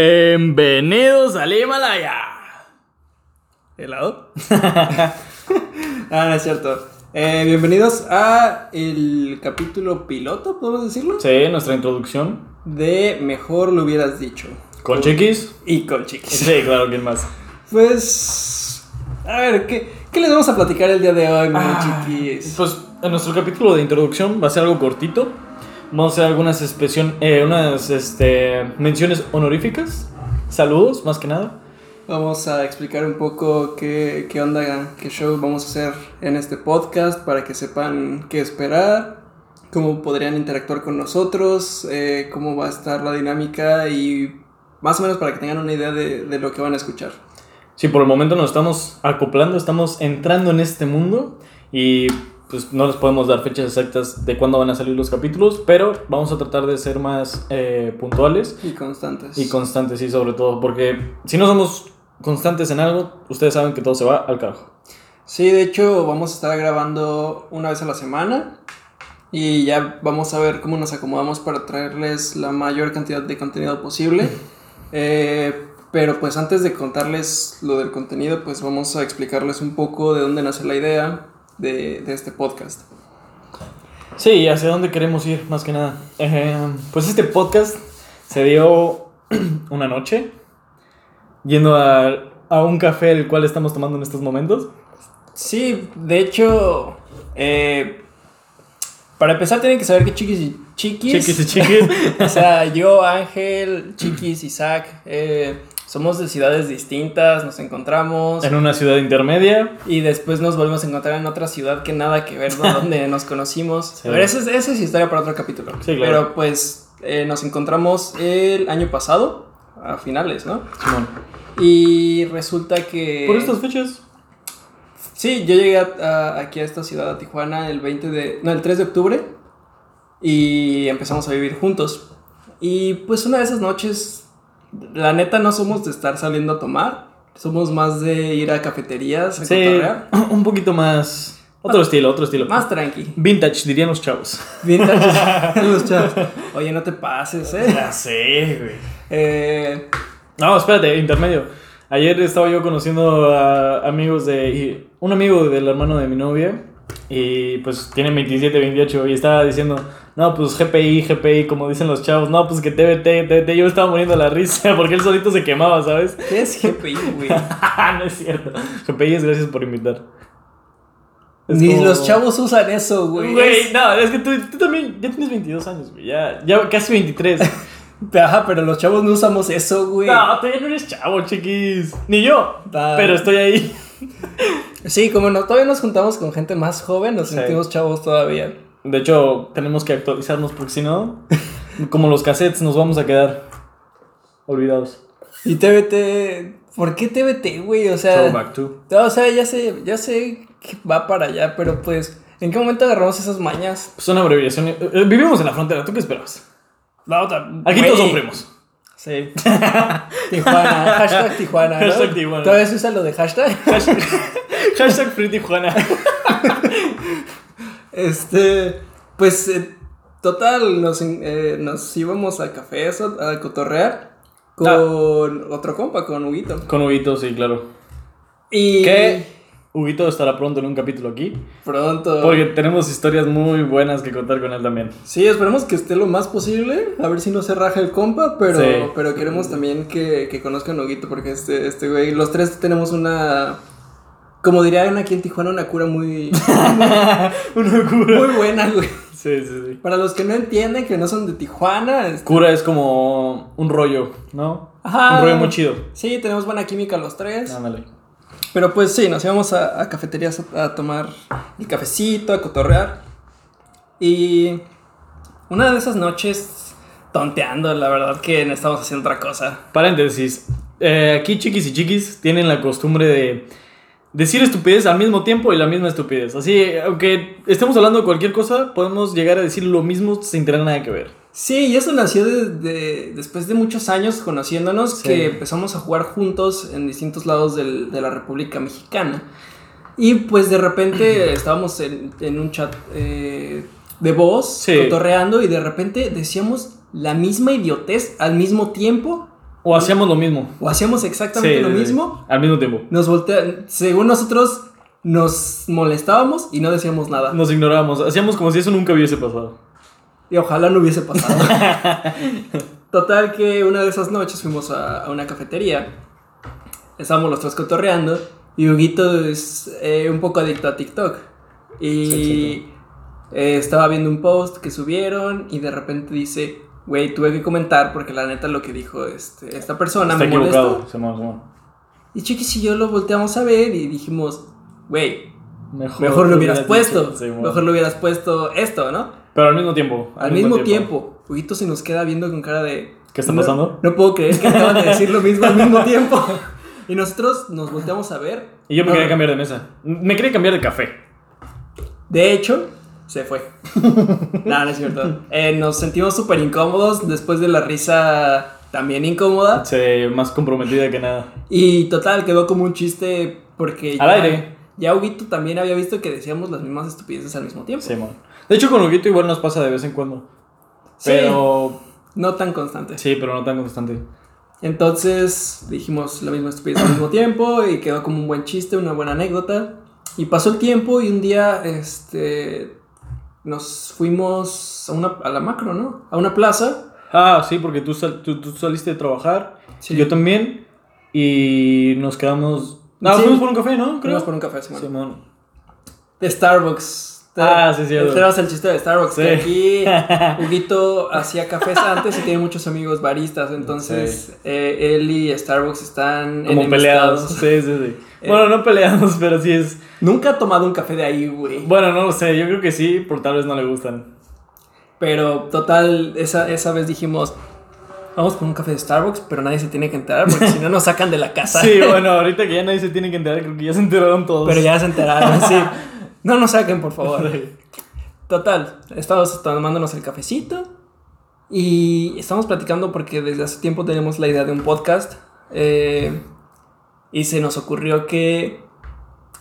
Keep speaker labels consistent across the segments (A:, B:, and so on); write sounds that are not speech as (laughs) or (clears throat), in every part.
A: Bienvenidos al Himalaya. ¿Helado?
B: (laughs) Ah, no es cierto. Eh, bienvenidos a el capítulo piloto, podemos decirlo,
A: Sí, nuestra introducción.
B: de Mejor lo hubieras dicho.
A: ¿Con chiquis?
B: Y con chiquis.
A: Sí, claro, ¿quién más?
B: Pues, a ver, ¿qué, qué les vamos a platicar el día de hoy, mi
A: Ah,
B: chiquis?
A: Pues en nuestro capítulo de introducción va a ser algo cortito. Vamos a hacer algunas especion- eh, unas este, menciones honoríficas. Saludos, más que nada.
B: Vamos a explicar un poco qué, qué onda, qué show vamos a hacer en este podcast para que sepan qué esperar, cómo podrían interactuar con nosotros, eh, cómo va a estar la dinámica y más o menos para que tengan una idea de, de lo que van a escuchar.
A: Sí, por el momento nos estamos acoplando, estamos entrando en este mundo y pues no les podemos dar fechas exactas de cuándo van a salir los capítulos, pero vamos a tratar de ser más eh, puntuales
B: Y constantes.
A: y constantes, sí, sobre todo, porque si no somos constantes en algo, ustedes saben que todo se va al carajo.
B: Sí, de hecho vamos a estar grabando una vez a la semana y ya vamos a ver cómo nos acomodamos para traerles la mayor cantidad de contenido (laughs) posible. Eh, pero pues antes de contarles lo del contenido, pues vamos a explicarles un poco de dónde nace la idea de, de este podcast.
A: Sí, y hacia dónde queremos ir, más que nada. Eh, pues este podcast se dio (clears throat) una noche yendo a, a un café el cual estamos tomando en estos momentos.
B: Sí, de hecho, eh, para empezar tienen que saber que Chiquis y Chiquis...
A: Chiquis y chiquis. (laughs)
B: O sea, yo, Ángel, Chiquis, Isaac, eh, somos de ciudades distintas, nos encontramos
A: en una ciudad intermedia.
B: y después nos volvemos a encontrar en otra ciudad que nada
A: (laughs)
B: que ver ¿no? donde nos conocimos.
A: Sí.
B: Pero esa es, esa es historia para otro capítulo.
A: Sí, claro.
B: Pero pues eh, nos encontramos el año pasado, a finales, ¿no?
A: Simón.
B: Y resulta que...
A: Por estas fechas.
B: Sí, yo llegué a- a- aquí a esta ciudad, a Tijuana, el 20 de... No, el 3 de octubre. Y empezamos a vivir juntos. Y pues una de esas noches, la neta no somos de estar saliendo a tomar. Somos más de ir a cafeterías, a
A: Sí,
B: cotorrear.
A: (clears throat) un poquito más. Otro estilo, otro estilo.
B: Más
A: (laughs)
B: tranqui.
A: vintage, dirían los chavos.
B: Vintage. Los chavos, Oye, no te pases, ¿eh?
A: Ya sé, güey.
B: Eh,
A: No, espérate, intermedio. Ayer estaba yo conociendo a amigos de. y- un amigo del hermano de mi novia. Y pues tiene 27, 28. Y estaba diciendo, no, pues GPI, GPI, como dicen los chavos. No, pues que TBT, TBT. Yo me estaba muriendo de la risa (laughs) porque él solito se quemaba, ¿sabes? (laughs)
B: ¿Qué es GPI, güey?
A: no es cierto. GPI es gracias por invitar. Es
B: Ni
A: como-
B: los chavos usan eso, güey.
A: Güey, no, es que tú, tú también ya tienes 22 años, güey. Ya, ya casi
B: (laughs)
A: 23.
B: Es- Ajá, pero los chavos no usamos eso, güey.
A: no, todavía no eres chavo, chiquis. Ni yo.
B: Ah.
A: Pero estoy ahí.
B: Sí, como no, todavía nos juntamos con gente más joven, nos
A: Sí.
B: sentimos chavos todavía.
A: De hecho, tenemos que actualizarnos porque si (laughs) no, como los cassettes, nos vamos a quedar olvidados.
B: Y TBT, ¿por qué TBT, güey? O
A: Eh.
B: sea,
A: Throwback to.
B: no, o sea, ya sé, ya sé que va para allá, pero pues, ¿en qué momento agarramos esas mañas?
A: Pues una abreviación. Eh, eh, vivimos en la frontera, ¿tú qué esperabas? Ah,
B: La otra.
A: Aquí todos son primos.
B: Sí. (laughs) Tijuana, hashtag Tijuana. ¿no?
A: Hashtag Tijuana.
B: ¿Todavía se usa lo de hashtag?
A: (laughs) Hashtag, hashtag Free Tijuana.
B: Este, pues, eh, total, nos, eh, nos íbamos a cafés a, a cotorrear con
A: Ah.
B: otro compa, con Huguito.
A: Con Huguito, sí, claro.
B: Y
A: Que Huguito estará pronto en un capítulo aquí.
B: pronto.
A: Porque tenemos historias muy buenas que contar con él también.
B: Sí, esperemos que esté lo más posible. A ver si no se raja el compa, pero,
A: Sí.
B: pero queremos también que, que conozcan a Huguito, porque este, este güey, los tres tenemos una. Como dirían aquí en Tijuana, una cura muy,
A: Una cura.
B: muy buena, güey.
A: Sí, sí, sí.
B: Para los que no entienden, que no son de Tijuana. es-
A: Cura es como un rollo, ¿no?
B: Ajá.
A: Un rollo muy chido.
B: Sí, tenemos buena química los tres.
A: Ándale.
B: Pero pues sí, nos íbamos a, a cafeterías a, a tomar el cafecito, a cotorrear. Y una de esas noches, tonteando, la verdad que no estábamos haciendo otra cosa.
A: Paréntesis. Eh, aquí chiquis y chiquis tienen la costumbre de decir estupidez al mismo tiempo y la misma estupidez. Así, aunque estemos hablando de cualquier cosa, podemos llegar a decir lo mismo sin tener nada que ver.
B: Sí, y eso nació de- de- después de muchos años conociéndonos,
A: Sí.
B: que empezamos a jugar juntos en distintos lados del- de la República Mexicana. Y pues de repente estábamos en, en un chat eh, de voz,
A: Sí.
B: cotorreando, y de repente decíamos la misma idiotez al mismo tiempo,
A: O hacíamos lo mismo.
B: O hacíamos exactamente
A: Sí,
B: lo
A: sí, sí.
B: mismo.
A: Al mismo tiempo.
B: Nos voltean. Según nosotros, nos molestábamos y no decíamos nada.
A: Nos ignorábamos. Hacíamos como si eso nunca hubiese pasado.
B: Y ojalá no hubiese pasado. (laughs) Total que una de esas noches fuimos a, a una cafetería. Estábamos los tres cotorreando. Y Huguito es eh, un poco adicto a TikTok. Y eh, estaba viendo un post que subieron y de repente dice, güey, tuve que comentar porque la neta lo que dijo este, esta persona
A: Está
B: me molesta".
A: equivocado, Simón, Simón.
B: Y Chiquis y yo lo volteamos a ver y dijimos, güey,
A: Mejor,
B: mejor lo hubieras
A: dicho,
B: puesto.
A: Simón.
B: Mejor lo hubieras puesto esto, ¿no?
A: Pero al mismo tiempo.
B: Al mismo tiempo, Huguito se nos queda viendo con cara de.
A: ¿Qué está
B: "No-
A: pasando?"
B: No, puedo creer que acaban de decir lo mismo
A: (laughs)
B: al mismo tiempo. Y nosotros nos volteamos a ver.
A: Y yo me
B: No,
A: quería cambiar de mesa. Me quería cambiar de café.
B: De hecho, se fue. no, no es cierto. Eh, nos sentimos súper incómodos después de la risa también incómoda.
A: Sí, más comprometida que nada.
B: Y total, quedó como un chiste porque.
A: Al
B: ya-
A: aire.
B: Ya Huguito también había visto que decíamos las mismas estupideces al mismo tiempo.
A: Simón. De hecho, con Huguito igual nos pasa de vez en cuando.
B: Sí,
A: Pero.
B: No tan constante.
A: Sí, pero no tan constante.
B: Entonces dijimos la misma estupidez al mismo tiempo y quedó como un buen chiste, una buena anécdota. Y pasó el tiempo y un día este, nos fuimos a, una, a la macro, ¿no? A una plaza.
A: Ah, sí, porque tú, sal- tú, tú saliste de trabajar.
B: Sí.
A: Yo también. Y nos quedamos. No,
B: Sí.
A: fuimos por un café, ¿no? Creo.
B: Fuimos por un café, Simón.
A: Simón.
B: De Starbucks. Te-
A: Ah, sí, cierto.
B: Te dabas el chiste de Starbucks.
A: Sí.
B: Que
A: (laughs)
B: aquí Huguito hacía cafés antes y tiene muchos amigos baristas. Entonces eh, él y Starbucks están
A: Como peleados.
B: enemistados.
A: Sí, sí, sí.
B: Eh.
A: Bueno, no peleados, pero sí es.
B: Nunca he tomado un café de ahí, güey.
A: Bueno, no lo sé, yo creo que sí, por tal vez no le gustan.
B: Pero total, esa, esa vez dijimos, vamos por un café de Starbucks, pero nadie se tiene que enterar porque si no nos sacan de la casa.
A: Sí, bueno, ahorita que ya nadie se tiene que enterar, creo que ya se enteraron todos.
B: (laughs) Pero ya se enteraron, sí. No nos saquen, por favor. Total, estábamos tomándonos el cafecito y estamos platicando porque desde hace tiempo tenemos la idea de un podcast eh, y se nos ocurrió que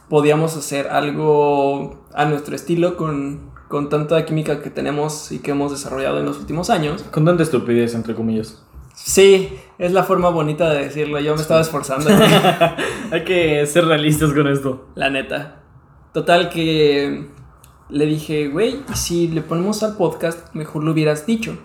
B: podíamos hacer algo a nuestro estilo con, con tanta química que tenemos y que hemos desarrollado en los últimos años.
A: Con tanta estupidez, entre comillas.
B: Sí, es la forma bonita de decirlo. Yo me estaba esforzando,
A: (laughs)
B: güey,
A: Hay que ser realistas con esto.
B: la neta. Total que le dije, güey, y si le ponemos al podcast, mejor lo hubieras dicho.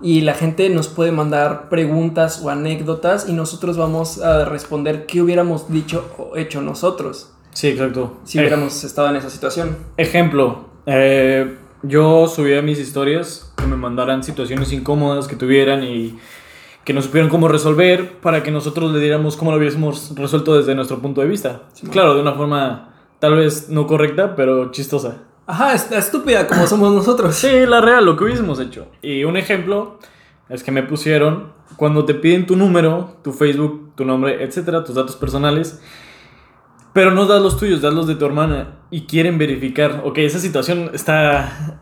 B: Y la gente nos puede mandar preguntas o anécdotas y nosotros vamos a responder qué hubiéramos dicho o hecho nosotros
A: Sí, exacto.
B: si hubiéramos
A: Eh.
B: estado en esa situación.
A: Ejemplo, eh, yo subía mis historias que me mandaran situaciones incómodas que tuvieran y que no supieran cómo resolver para que nosotros le diéramos cómo lo hubiésemos resuelto desde nuestro punto de vista.
B: Sí.
A: claro, de una forma tal vez no correcta, pero chistosa.
B: Ajá, está estúpida como somos nosotros.
A: Sí, la real, lo que hubiésemos hecho. Y un ejemplo es que me pusieron, cuando te piden tu número, tu Facebook, tu nombre, etcétera, tus datos personales, pero no das los tuyos, das los de tu hermana y quieren verificar. Ok, esa situación está.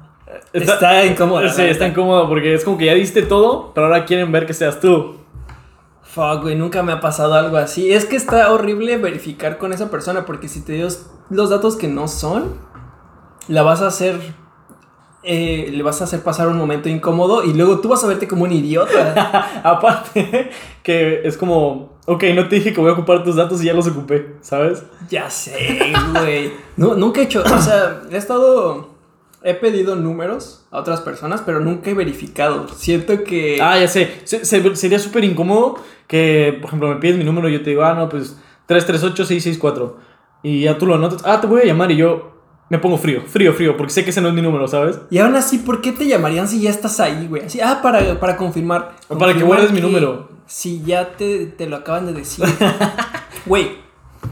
B: Está, incómoda.
A: sí,
B: la
A: está
B: neta.
A: incómoda porque es como que ya diste todo, pero ahora quieren ver que seas tú. (laughs)
B: Fuck, güey, nunca me ha pasado algo así. Es que está horrible verificar con esa persona porque si te dio los datos que no son, la vas a hacer. eh, le vas a hacer pasar un momento incómodo y luego tú vas a verte como un idiota.
A: Aparte, que es como, ok, no te dije que voy a ocupar tus datos y ya los ocupé, ¿sabes?
B: ya sé, güey. No, nunca he hecho. O sea, he estado. He pedido números a otras personas, pero nunca he verificado. Siento que.
A: Ah, ya sé. Se- se- sería súper incómodo que, por ejemplo, me pides mi número y yo te digo, ah, no, pues 338-664. Y ya tú lo anotas, ah, te voy a llamar y yo me pongo frío, frío, frío, porque sé que ese no es mi número, ¿sabes?
B: Y aún así, ¿por qué te llamarían si ya estás ahí, güey? Así, ah, para, para confirmar.
A: O para que
B: Confirmar
A: guardes mi número.
B: Si ya te, te lo acaban de decir. (laughs) Güey,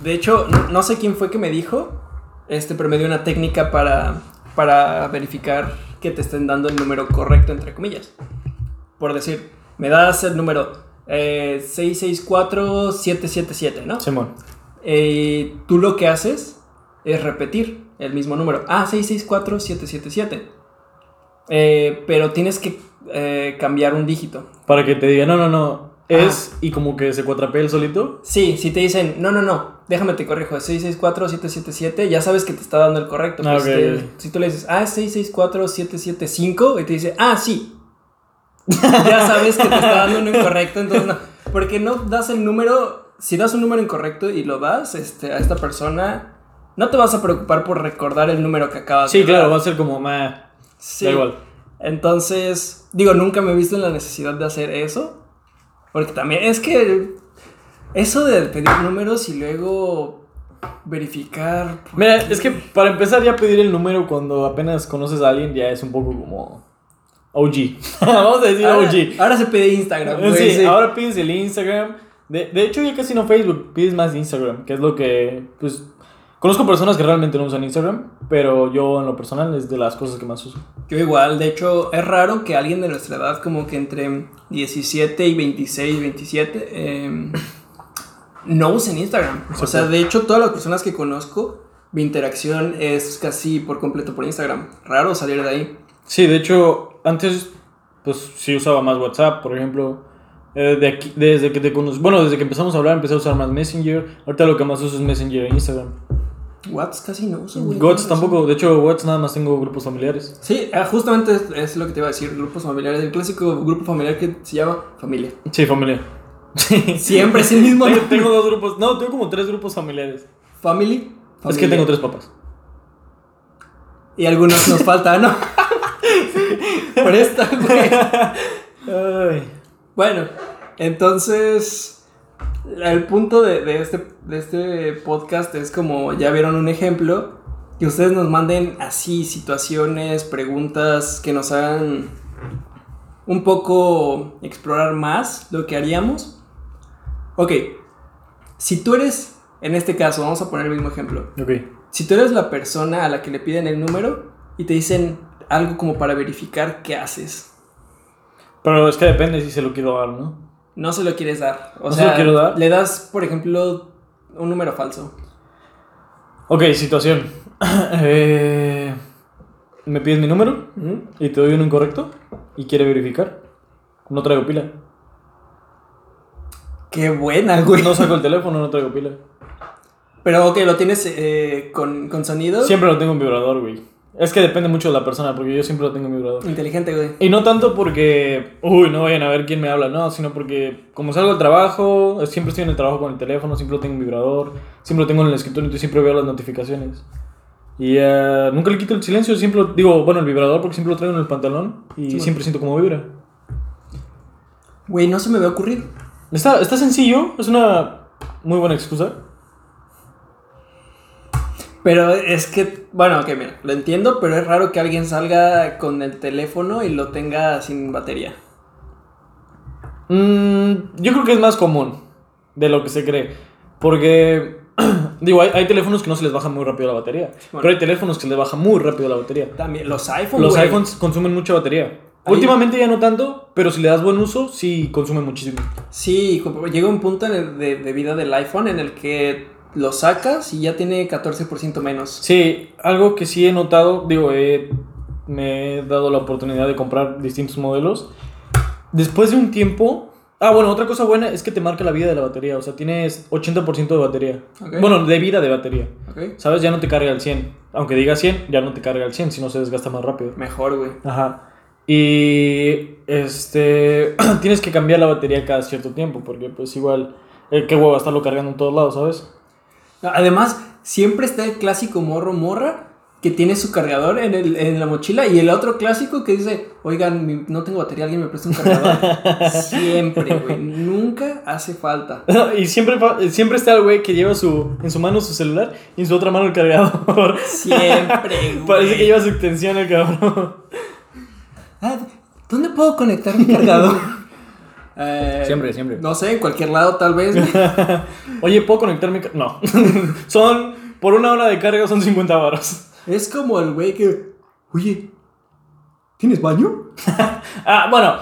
B: de hecho, no, no sé quién fue que me dijo, este, pero me dio una técnica para, para verificar que te estén dando el número correcto, entre comillas. Por decir, me das el número eh, 664-777, ¿no?
A: Simón.
B: Eh, tú lo que haces es repetir el mismo número. Ah, 664-777. Eh, pero tienes que eh, cambiar un dígito.
A: Para que te diga, no, no, no, es, y como que se cuatrapea él solito.
B: Sí, si te dicen, no, no, no, déjame te corrijo, es 664-777, ya sabes que te está dando el correcto.
A: Ah,
B: pues,
A: ok. (laughs)
B: eh, si tú le dices, ah, es 664-775, y te dice, ah, sí. ya sabes que te está dando uno incorrecto, entonces no. Porque no das el número, si das un número incorrecto y lo das este, a esta persona, no te vas a preocupar por recordar el número que acabas
A: Sí,
B: de dar.
A: claro, va a ser como más.
B: Ah, Sí.
A: Da igual.
B: Entonces, digo, nunca me he visto en la necesidad de hacer eso. Porque también es que eso de pedir números y luego verificar. por
A: Mira,
B: qué-
A: es que para empezar ya pedir el número cuando apenas conoces a alguien ya es un poco como OG. (laughs) Vamos a decir
B: Ahora,
A: OG.
B: ahora se pide Instagram, güey,
A: Eh, Sí,
B: sí.
A: ahora pides el Instagram. De, de hecho, ya casi no Facebook, pides más Instagram, que es lo que, pues, conozco personas que realmente no usan Instagram, pero yo en lo personal es de las cosas que más uso.
B: Yo igual, de hecho, es raro que alguien de nuestra edad, como que entre 17 y 26, 27, eh, no usen Instagram. O sea, de hecho, todas las personas que conozco, mi interacción es casi por completo por Instagram. Raro salir de ahí.
A: Sí, de hecho, antes, pues, sí usaba más WhatsApp, por ejemplo. Eh, de aquí- desde que te conoz- bueno, desde que empezamos a hablar empecé a usar más Messenger. Ahorita lo que más uso es Messenger e Instagram.
B: Whats casi no uso, güey.
A: WhatsApp tampoco, de hecho, WhatsApp nada más tengo grupos familiares.
B: Sí, ah, justamente es, es lo que te iba a decir, grupos familiares, el clásico grupo familiar que se llama familia.
A: Sí, familia.
B: Siempre es el mismo
A: Tengo, (laughs)
B: nombre.
A: tengo dos grupos, no, tengo como tres grupos familiares.
B: Family.
A: Es que
B: familia.
A: tengo tres papás.
B: Y algunos nos
A: (laughs)
B: faltan, ¿no? por esta, güey.
A: Ay.
B: Bueno, entonces el punto de, de este, de este podcast es como ya vieron un ejemplo, que ustedes nos manden así situaciones, preguntas que nos hagan un poco explorar más lo que haríamos. Ok, si tú eres, en este caso, vamos a poner el mismo ejemplo,
A: Ok.
B: si tú eres la persona a la que le piden el número y te dicen algo como para verificar qué haces.
A: Pero es que depende si se lo quiero dar, ¿no?
B: No se lo quieres dar. O
A: ¿No se
B: sea,
A: lo quiero dar?
B: le das, por ejemplo, un número falso.
A: Ok, situación. (clears throat) Eh, me pides mi número y te doy uno incorrecto y quiere verificar. No traigo pila.
B: Qué buena, güey.
A: No saco el teléfono, no traigo pila.
B: Pero ok, lo tienes eh, con, con sonido.
A: Siempre lo tengo en vibrador, güey. Es que depende mucho de la persona, porque yo siempre lo tengo en vibrador.
B: Inteligente, güey.
A: Y no tanto porque, uy, no vayan a ver quién me habla, no, sino porque como salgo al trabajo, siempre estoy en el trabajo con el teléfono, siempre lo tengo en vibrador, siempre lo tengo en el escritorio, entonces siempre veo las notificaciones. Y eh, nunca le quito el silencio, siempre lo- digo, bueno, el vibrador porque siempre lo traigo en el pantalón y siempre siento como vibra.
B: Güey, no se me había ocurrido.
A: Está, está sencillo, es una muy buena excusa.
B: Pero es que, bueno, ok, mira, lo entiendo, pero es raro que alguien salga con el teléfono y lo tenga sin batería.
A: Mm, yo creo que es más común de lo que se cree. Porque, (clears throat) digo, hay, hay teléfonos que no se les baja muy rápido la batería.
B: bueno.
A: Pero hay teléfonos que les baja muy rápido la batería.
B: También, los iPhones.
A: Los iPhones consumen mucha batería.
B: Ahí-
A: Últimamente ya no tanto, pero si le das buen uso, sí consume muchísimo.
B: Sí, como- llega un punto en el de, de vida del iPhone en el que lo sacas y ya tiene 14% menos.
A: Sí, algo que sí he notado, digo, he- me he dado la oportunidad de comprar distintos modelos. Después de un tiempo... Ah, bueno, otra cosa buena es que te marca la vida de la batería. O sea, tienes 80% de batería.
B: Ok.
A: Bueno, de vida de batería.
B: Ok.
A: ¿Sabes? Ya no te carga el 100. Aunque diga 100, ya no te carga el 100, si no se desgasta más rápido.
B: Mejor, güey.
A: Ajá. Y este (clears throat) tienes que cambiar la batería cada cierto tiempo porque pues igual el que huevo estarlo cargando en todos lados, ¿sabes? (laughs)
B: No, Además, siempre está el clásico morro morra que tiene su cargador en, el, en la mochila y el otro clásico que dice, oigan, mi- no tengo batería, alguien me presta
A: (laughs)
B: un cargador. siempre, güey. Nunca hace falta.
A: y siempre fa- siempre está el güey que lleva su en su mano su celular y en su otra mano el cargador. (laughs)
B: Siempre, güey.
A: Parece que lleva su extensión el cabrón. (laughs)
B: Ah, ¿Dónde puedo conectar mi
A: (laughs)
B: cargador? Eh,
A: Siempre, siempre.
B: No sé, en cualquier lado tal vez. güey.
A: (laughs) Oye, ¿puedo conectar mi ca- No. (laughs) son por una hora de carga son 50 varos. (laughs)
B: es como el güey que, oye, ¿tienes baño?
A: Ah, bueno,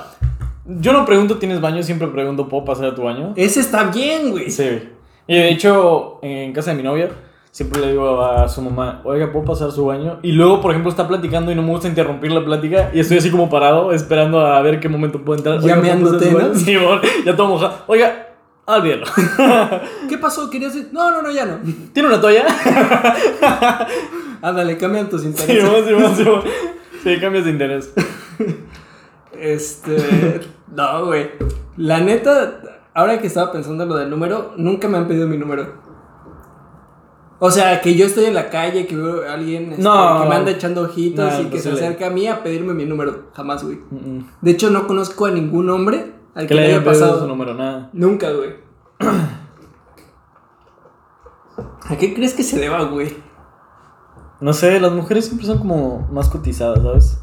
A: yo no pregunto tienes baño, siempre pregunto ¿puedo pasar a tu baño?
B: Ese está bien, güey.
A: Sí, güey. Y de hecho, en casa de mi novia, siempre le digo a su mamá, oiga, ¿puedo pasar su baño? Y luego, por ejemplo, está platicando y no me gusta interrumpir la plática y estoy así como parado, esperando a ver qué momento puedo entrar.
B: Ya
A: Oiga,
B: me
A: ¿puedo
B: ando
A: pasar su baño? (laughs)
B: tenas.
A: Sí, bueno, ya todo mojado. Oiga, olvídalo.
B: ¿Qué pasó? ¿Querías decir? No, no, no, ya no.
A: (laughs) ¿Tiene una toalla? (laughs)
B: Ándale, cambian tus
A: Sí,
B: intereses.
A: bueno, sí, bueno, sí, bueno. Sí, cambias de interés.
B: Este. (laughs) no, güey. La neta, ahora que estaba pensando en lo del número, nunca me han pedido mi número. O sea, que yo estoy en la calle, que veo a alguien este,
A: No.
B: que me anda echando ojitos
A: No,
B: y que se
A: imposible.
B: acerca a mí a pedirme mi número. Jamás, güey.
A: Mm, mm.
B: De hecho, no conozco a ningún hombre al
A: Que le haya pasado su número, nada.
B: Nunca, güey. (clears throat) ¿A qué crees que se deba, güey?
A: No sé, las mujeres siempre son como más cotizadas, ¿sabes?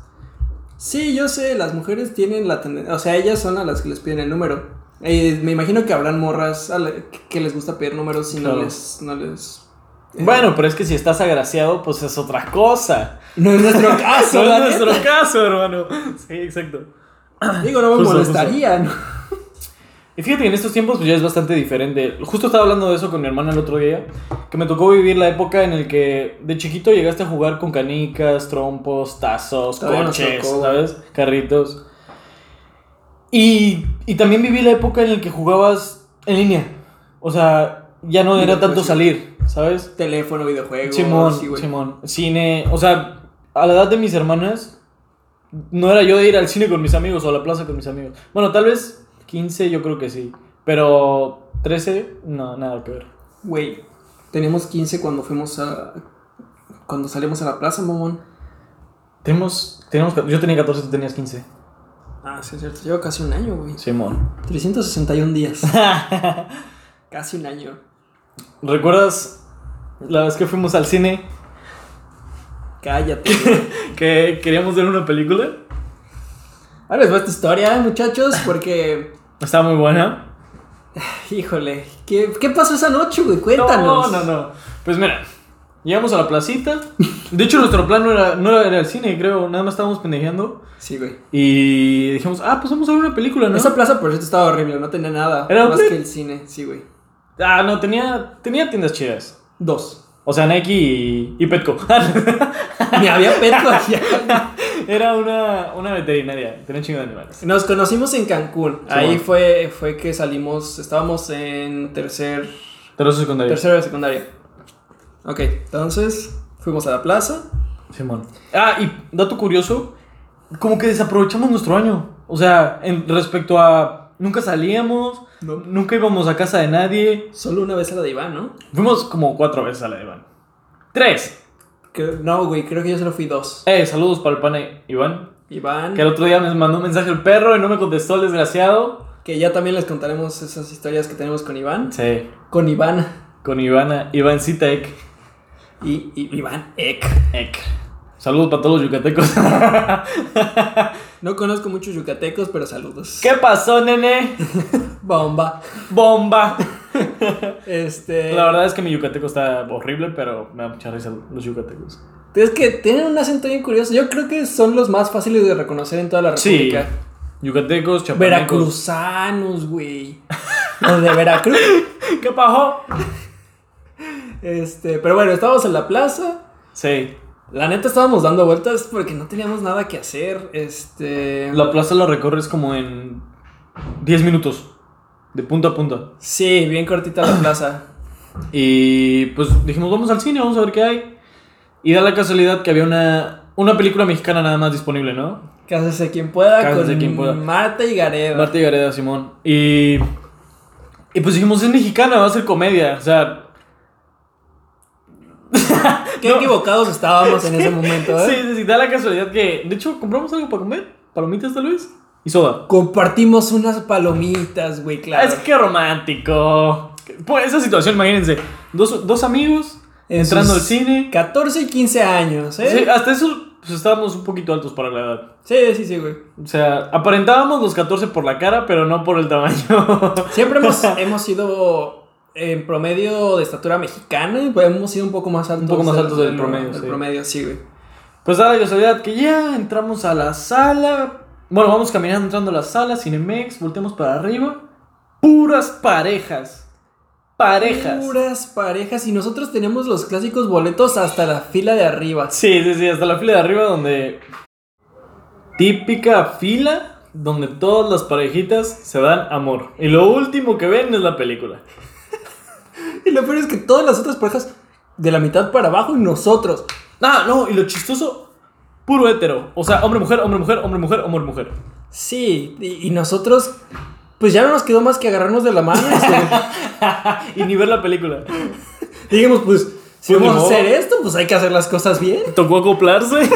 B: Sí, yo sé, las mujeres tienen la tendencia, o sea, ellas son a las que les piden el número. Eh, me imagino que habrán morras a la- que les gusta pedir números y
A: Claro.
B: no les... No les eh,
A: Bueno, pero es que si estás agraciado, pues es otra cosa.
B: (laughs) No es nuestro
A: (laughs) no
B: caso, la
A: es
B: neta.
A: nuestro caso, hermano. Sí, exacto.
B: Digo, no me
A: Justo,
B: molestaría, ¿no?
A: Y fíjate que en estos tiempos pues ya es bastante diferente. Justo estaba hablando de eso con mi hermana el otro día, que me tocó vivir la época en el que de chiquito llegaste a jugar con canicas, trompos, tazos,
B: Todavía nos
A: coches,
B: tocó, güey.
A: ¿sabes? Carritos. Y, y también viví la época en la que jugabas en línea. O sea, ya no era
B: Videojuegos,
A: tanto
B: sí.
A: salir, ¿sabes?
B: Teléfono, videojuegos,
A: Simón,
B: sí, güey.
A: Simón. Cine, o sea, a la edad de mis hermanas, no era yo de ir al cine con mis amigos o a la plaza con mis amigos. Bueno, tal vez 15 yo creo que sí, pero 13, no, nada que ver.
B: Güey, teníamos 15 cuando fuimos a... Cuando salimos a la plaza, mamón.
A: Tenemos, tenemos, ca- yo tenía 14, tú tenías 15.
B: Ah, sí, es cierto. Lleva casi un año, güey.
A: Simón.
B: 361
A: (laughs)
B: días. casi un año.
A: ¿Recuerdas la vez que fuimos al cine
B: Cállate,
A: (laughs)
B: güey.
A: que queríamos ver una película?
B: Ahora les va esta historia, muchachos, porque...
A: Estaba muy buena.
B: Híjole, ¿qué, qué pasó esa noche, güey? Cuéntanos.
A: No, no, no. Pues mira, llegamos a la placita. De hecho, nuestro plan no era, no era el cine, creo. Nada más estábamos pendejeando.
B: Sí, güey.
A: Y dijimos, ah, pues vamos a ver una película, ¿no?
B: Esa plaza, por cierto, estaba horrible, no tenía nada.
A: Era
B: más
A: horrible.
B: que el cine, sí, güey.
A: Ah, no, tenía, tenía tiendas chidas.
B: Dos. (laughs)
A: O sea, Nike y, y Petco. (laughs)
B: Ni había petco allá.
A: Era una, una veterinaria, tenía un chingo de animales.
B: Nos conocimos en Cancún.
A: Sí,
B: Ahí
A: bueno.
B: fue, fue que salimos, estábamos en tercer,
A: Terror secundario.
B: tercero de secundaria. Ok, entonces fuimos a la plaza.
A: Simón. Ah, y dato curioso, como que desaprovechamos nuestro año. O sea, en, respecto a... Nunca salíamos,
B: No.
A: nunca íbamos a casa de nadie.
B: Solo una vez a la de Iván, ¿no?
A: Fuimos como cuatro veces a la de Iván. ¡Tres!
B: Creo- no, güey, creo que yo solo fui dos.
A: Eh, saludos para el pana Iván.
B: Iván,
A: Que el otro día me mandó un mensaje el perro y no me contestó el desgraciado.
B: que ya también les contaremos esas historias que tenemos con Iván.
A: Sí.
B: Con Iván.
A: Con Ivana, Ivancita Ek.
B: Y, y Iván, Ek.
A: Ek. Saludos para todos los yucatecos. (laughs)
B: No conozco muchos yucatecos, pero saludos.
A: ¿Qué pasó, nene?
B: Bomba.
A: Bomba.
B: Este.
A: La verdad es que mi yucateco está horrible, pero me da mucha risa los yucatecos.
B: Es que tienen un acento bien curioso. Yo creo que son los más fáciles de reconocer en toda la
A: Sí.
B: República.
A: Yucatecos, chapanecos.
B: Veracruzanos, güey. Los de Veracruz.
A: ¿Qué pasó?
B: Este, pero bueno, estábamos en la plaza.
A: Sí.
B: La neta estábamos dando vueltas porque no teníamos nada que hacer. Este.
A: La plaza la recorres como en 10 minutos. De punta a punta.
B: Sí, bien cortita la plaza.
A: Y pues dijimos, vamos al cine, vamos a ver qué hay. Y da la casualidad que había una, una película mexicana nada más disponible, ¿no?
B: Cásese quien pueda
A: Cásese
B: con
A: quien pueda.
B: Marta y Gareda.
A: Marta y Gareda Simón. Y, y pues dijimos, es mexicana, va a ser comedia. O sea,
B: Qué
A: No.
B: equivocados estábamos en ese momento, ¿eh?
A: sí, sí, sí, da la casualidad que, de hecho, compramos algo para comer, palomitas tal vez, y soda.
B: Compartimos unas palomitas, güey, claro.
A: Es que romántico. Pues esa situación, imagínense, dos, dos amigos
B: En
A: entrando
B: sus
A: al cine.
B: 14 y 15 años, ¿eh?
A: Sí, hasta eso pues, estábamos un poquito altos para la edad.
B: Sí, sí, sí, güey.
A: O sea, aparentábamos los 14 por la cara, pero no por el tamaño. (laughs)
B: Siempre hemos, hemos sido en promedio de estatura mexicana, pues hemos sido un poco más altos.
A: poco más altos del
B: de lo-
A: promedio,
B: del
A: sí.
B: promedio, sí, güey.
A: Pues da la casualidad que ya entramos a la sala. Bueno, vamos caminando entrando a la sala, Cinemex, volteamos para arriba. Puras parejas. Parejas.
B: Puras parejas y nosotros tenemos los clásicos boletos hasta la fila de arriba.
A: Sí, sí, sí, hasta la fila de arriba donde... Típica fila donde todas las parejitas se dan amor. Y lo último que ven es la película.
B: Y lo peor es que todas las otras parejas de la mitad para abajo y nosotros.
A: Ah, no, y lo chistoso puro hetero. O sea, hombre, mujer, hombre, mujer, hombre, mujer, hombre, mujer.
B: Sí, y, y nosotros, pues ya no nos quedó más que agarrarnos de la mano.
A: (laughs)
B: este,
A: Y ni ver la película.
B: Dijimos, pues, si
A: Pues, ni
B: vamos
A: modo.
B: a hacer esto, pues hay que hacer las cosas bien.
A: Tocó acoplarse.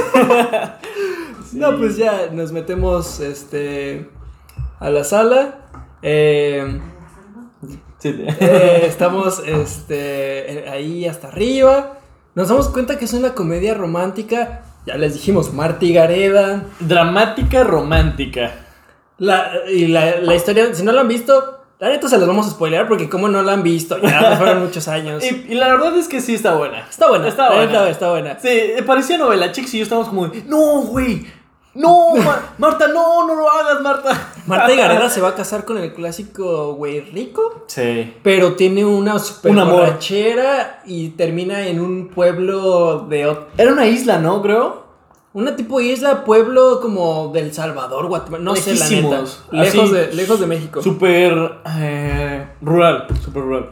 B: No, pues ya nos metemos este, a la sala. Eh,
A: Sí.
B: eh, estamos este, eh, ahí hasta arriba. Nos damos cuenta que es una comedia romántica. Ya les dijimos, Marty Gareda.
A: (laughs) Dramática romántica.
B: La, y la, la historia, si no la han visto, la neta se las vamos a spoilear porque como no la han visto, ya fueron muchos años.
A: (laughs) Y, y la verdad es que sí está buena.
B: Está buena,
A: Está
B: la
A: buena.
B: neta está buena.
A: Sí, eh, parecía novela. Chicks y yo estábamos como de, no, güey. No, Ma- Marta, no, no lo hagas, Marta.
B: Marta y Gareda se va a casar con el clásico güey rico,
A: Sí.
B: pero tiene una super
A: Un amor.
B: borrachera y termina en un pueblo de ot-
A: Era una isla, ¿no? Creo.
B: una tipo isla, pueblo como del Salvador, Guatemala, no sé la neta,
A: Lejísimos,
B: lejos
A: así.
B: de lejos de México.
A: Súper eh, rural, súper rural.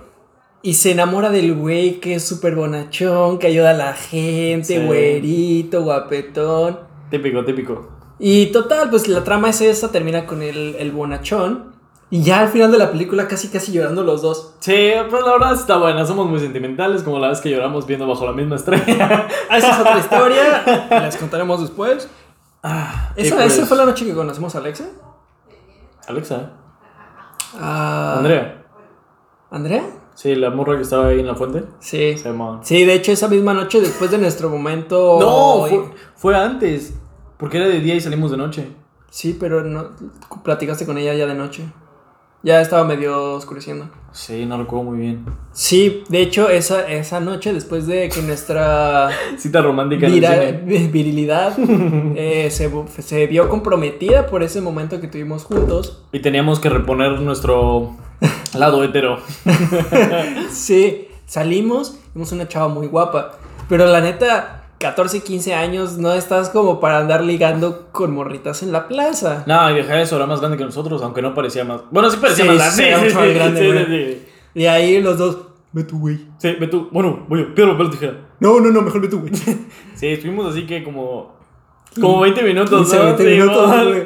B: Y se enamora del güey que es súper bonachón, que ayuda a la gente,
A: Sí.
B: güerito, guapetón.
A: Típico, típico.
B: Y total, pues la trama es esa, termina con el, el bonachón. Y ya al final de la película casi casi llorando los dos.
A: (laughs) Sí, pero la verdad está buena. Somos muy sentimentales, como la vez que lloramos viendo bajo la misma estrella.
B: Ah, Esa es otra historia, las contaremos después.
A: Ah, y
B: ¿Esa,
A: pues,
B: esa fue la noche que conocimos a Alexa?
A: Alexa,
B: Ah,
A: Andrea.
B: ¿Andrea?
A: Sí, la morra que estaba ahí en la fuente.
B: Sí.
A: Se llamaba.
B: Sí, de hecho esa misma noche después de nuestro momento...
A: No, fue, fue antes. Porque era de día y salimos de noche.
B: Sí, pero no, platicaste con ella ya de noche. Ya estaba medio oscureciendo.
A: Sí, no recuerdo muy bien.
B: Sí, de hecho esa, esa noche después de que
A: (laughs)
B: nuestra...
A: Cita romántica. en el
B: Vira-
A: cine.
B: (laughs) virilidad
A: (laughs)
B: eh, se, vu- se vio comprometida por ese momento que tuvimos juntos.
A: Y teníamos que reponer nuestro (laughs) lado hetero.
B: Sí, salimos, vimos una chava muy guapa, pero la neta, 14, 15 años, no estás como para andar ligando con morritas en la plaza.
A: No, y deja eso, era más grande que nosotros, aunque no parecía más. Bueno, sí parecía
B: Sí,
A: más
B: sí, era
A: grande.
B: mucho más grande,
A: sí,
B: güey.
A: sí, sí.
B: Y ahí los dos, ve tú, güey.
A: Sí, ve tú. Bueno, voy yo, piedra, papel, tijera.
B: No, no, no, mejor ve tú, güey.
A: Sí, estuvimos así que como. Como 20 minutos,
B: 15,
A: ¿no?
B: 20
A: Sí,
B: minutos,
A: igual.
B: güey.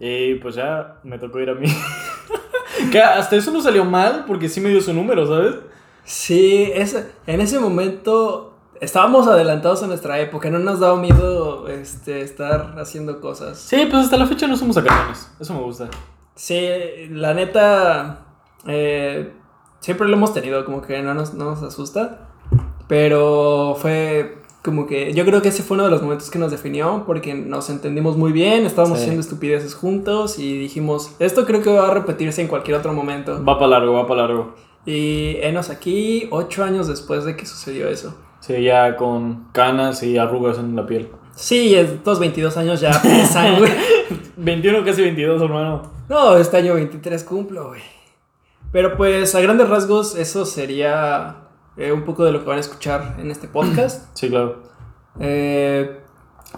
A: Y pues ya me tocó ir a mí. (laughs) que hasta eso no salió mal, porque sí me dio su número, ¿sabes?
B: Sí, ese- en ese momento estábamos adelantados a nuestra época, no nos daba miedo este, estar haciendo cosas.
A: Sí, pues hasta la fecha no somos sacadones. Eso me gusta.
B: Sí, la neta, eh, siempre lo hemos tenido, como que no nos, no nos asusta, pero fue como que, yo creo que ese fue uno de los momentos que nos definió, porque nos entendimos muy bien, estábamos
A: Sí.
B: haciendo estupideces juntos y dijimos, esto creo que va a repetirse en cualquier otro momento.
A: Va para largo, va para largo.
B: Y enos aquí, ocho años después de que sucedió eso.
A: Sí, ya con canas y arrugas en la piel.
B: Sí, estos 22 años ya (laughs) pesan, güey.
A: 21, casi 22, hermano.
B: No, este año 23 cumplo, güey. Pero pues a grandes rasgos eso sería eh, un poco de lo que van a escuchar en
A: (clears throat)
B: este podcast.
A: Sí, claro.
B: Eh,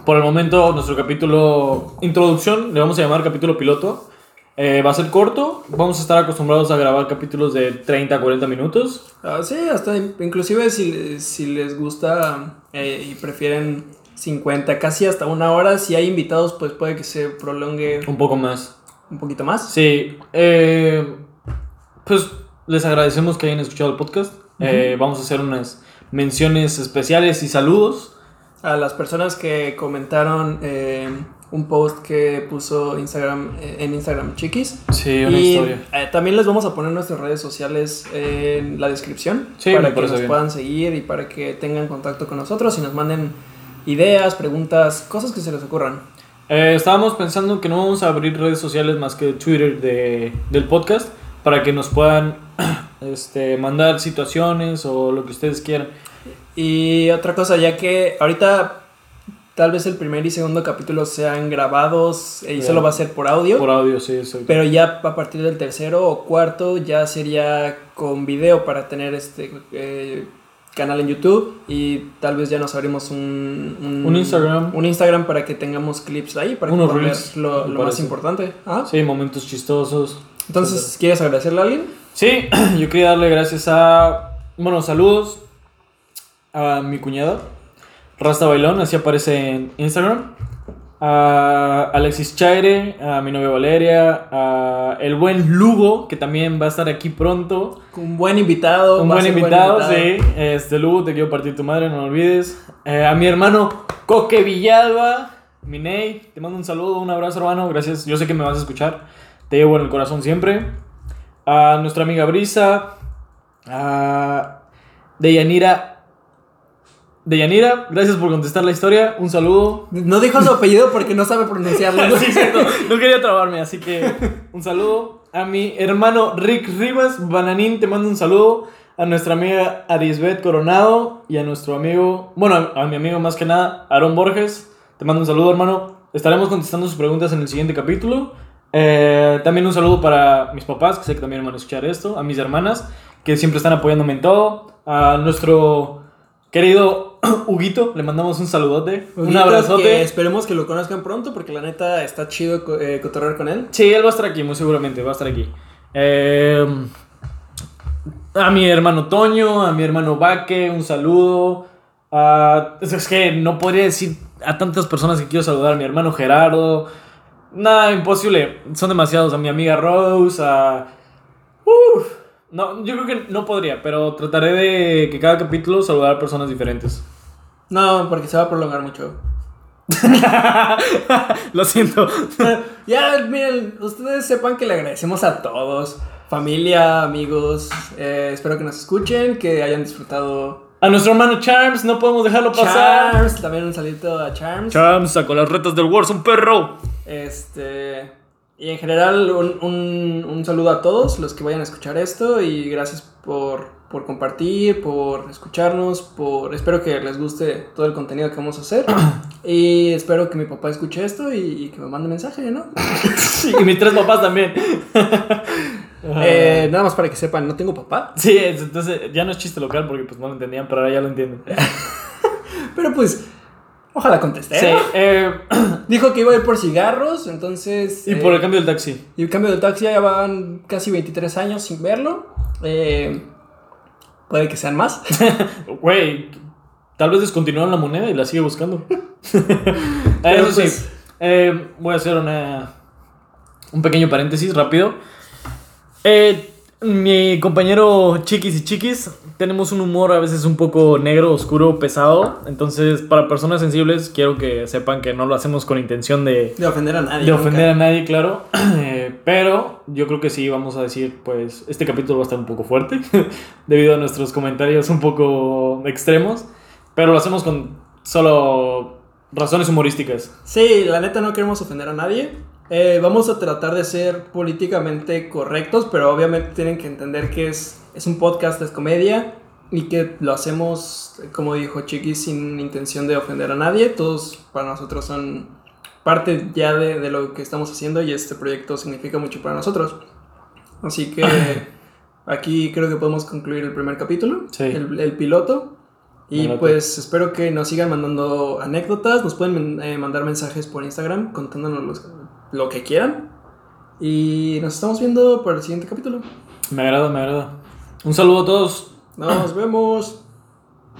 A: Por el momento, nuestro capítulo introducción, le vamos a llamar capítulo piloto. Eh, va a ser corto, vamos a estar acostumbrados a grabar capítulos de 30 a 40 minutos.
B: ah, sí, hasta in- inclusive si, si les gusta eh, y prefieren 50, casi hasta una hora. Si hay invitados, pues puede que se prolongue
A: Un poco más.
B: un poquito más.
A: Sí, eh, pues les agradecemos que hayan escuchado el podcast. Eh, vamos a hacer unas menciones especiales y saludos.
B: A las personas que comentaron eh, un post que puso Instagram eh, en Instagram Chiquis.
A: Sí, una
B: Y,
A: historia.
B: eh, también les vamos a poner nuestras redes sociales en la descripción
A: Sí, me
B: para que
A: parece
B: nos
A: bien.
B: puedan seguir y para que tengan contacto con nosotros y nos manden ideas, preguntas, cosas que se les ocurran.
A: Eh, estábamos pensando que no vamos a abrir redes sociales más que Twitter de, del podcast para que nos puedan (clears throat) este, mandar situaciones o lo que ustedes quieran.
B: Y otra cosa, ya que ahorita tal vez el primer y segundo capítulo sean grabados eh, y
A: Ya.
B: solo va a ser por audio,
A: Por audio, sí, sí.
B: pero ya a partir del tercero o cuarto ya sería con video para tener este eh, canal en YouTube y tal vez ya nos abrimos un,
A: Un Instagram.
B: un Instagram para que tengamos clips ahí para que
A: Unos
B: puedan ver
A: reels,
B: lo,
A: me
B: lo más
A: parece.
B: importante. Ah,
A: Sí, momentos chistosos.
B: Entonces, ¿quieres agradecerle a alguien?
A: Sí, (clears throat) yo quería darle gracias a. Bueno, saludos a mi cuñada, Rasta Bailón, así aparece en Instagram. a Alexis Chaire, a mi novia Valeria, a el buen Lugo, que también va a estar aquí pronto.
B: Un buen invitado.
A: Un
B: va a
A: buen
B: ser
A: invitado, sí. Este Lugo, te quiero partir tu madre, no lo olvides. Eh, a mi hermano Coque Villalba, mi Ney, te mando un saludo, un abrazo, hermano. Gracias, yo sé que me vas a escuchar. Te llevo en el corazón siempre. A nuestra amiga Brisa, a Deyanira. Deyanira, gracias por contestar la historia. Un saludo.
B: No dijo su apellido porque no sabe pronunciarlo.
A: (laughs) Sí, cierto. No quería trabarme, así que un saludo a mi hermano Rick Rivas, Bananín, te mando un saludo. A nuestra amiga Arisbet Coronado y a nuestro amigo, bueno, a, a mi amigo más que nada, Aaron Borges. Te mando un saludo, hermano. Estaremos contestando sus preguntas en el siguiente capítulo. Eh, también un saludo para mis papás, que sé que también van a escuchar esto. A mis hermanas, que siempre están apoyándome en todo. A nuestro querido (clears throat) Huguito, le mandamos un saludote. un
B: Huguito,
A: abrazote.
B: que esperemos que lo conozcan pronto porque la neta está chido co- eh, cotorrear con él.
A: Sí, él va a estar aquí, muy seguramente, va a estar aquí. Eh, a mi hermano Toño, a mi hermano Vaque, un saludo. A- es- es que no podría decir a tantas personas que quiero saludar, a mi hermano Gerardo. Nada, imposible, son demasiados. A mi amiga Rose, a... Uf. no, yo creo que no podría, pero trataré de que cada capítulo saludar a personas diferentes. (laughs)
B: No, porque se va a prolongar mucho.
A: Lo siento.
B: (laughs) ya, miren, ustedes sepan que le agradecemos a todos. Familia, amigos, eh, espero que nos escuchen, que hayan disfrutado.
A: A nuestro hermano Charms, no podemos dejarlo pasar.
B: Charms, también un saludo a Charms.
A: Charms sacó las retas del Warzone, perro.
B: Este. Y en general, un, un- un saludo a todos los que vayan a escuchar esto. Y gracias por, por compartir, por escucharnos. por Espero que les guste todo el contenido que vamos a hacer. y espero que mi papá escuche esto y, y que me mande mensaje, ¿no?
A: (laughs) Y mis tres papás también.
B: Eh, nada más para que sepan, no tengo papá.
A: Sí, es- entonces ya no es chiste local porque pues no lo entendían, pero ahora ya lo entienden.
B: Pero pues, ojalá contesté.
A: Sí,
B: ¿no?
A: eh,
B: Dijo que iba a ir por cigarros, entonces.
A: y
B: eh,
A: por el cambio del taxi.
B: Y el cambio de taxi ya van casi 23 años sin verlo. Eh, puede que sean más. (laughs)
A: Güey, tal vez descontinuaron la moneda y la sigue buscando. (laughs) Ah,
B: Pero,
A: Eso sí,
B: pues,
A: eh, voy a hacer una, un pequeño paréntesis rápido. Eh, mi compañero Chiquis y Chiquis, tenemos un humor a veces un poco negro, oscuro, pesado. Entonces, para personas sensibles, quiero que sepan que no lo hacemos con intención de
B: De ofender a nadie.
A: de
B: nunca.
A: ofender a nadie, claro. (clears throat) Eh, pero yo creo que sí vamos a decir, pues, este capítulo va a estar un poco fuerte (laughs) debido a nuestros comentarios un poco extremos. Pero lo hacemos con solo razones humorísticas.
B: Sí, la neta no queremos ofender a nadie. Eh, vamos a tratar de ser políticamente correctos, pero obviamente tienen que entender que es, es un podcast, es comedia y que lo hacemos, como dijo Chiqui, sin intención de ofender a nadie. Todos para nosotros son parte ya de, de lo que estamos haciendo y este proyecto significa mucho para nosotros. Así que aquí creo que podemos concluir el primer capítulo,
A: Sí.
B: el, el piloto. Y
A: Adelante.
B: pues espero que nos sigan mandando anécdotas, nos pueden eh, mandar mensajes por Instagram contándonos los- lo que quieran. Y nos estamos viendo para el siguiente capítulo.
A: Me agrada, me agrada. Un saludo a todos.
B: Nos vemos.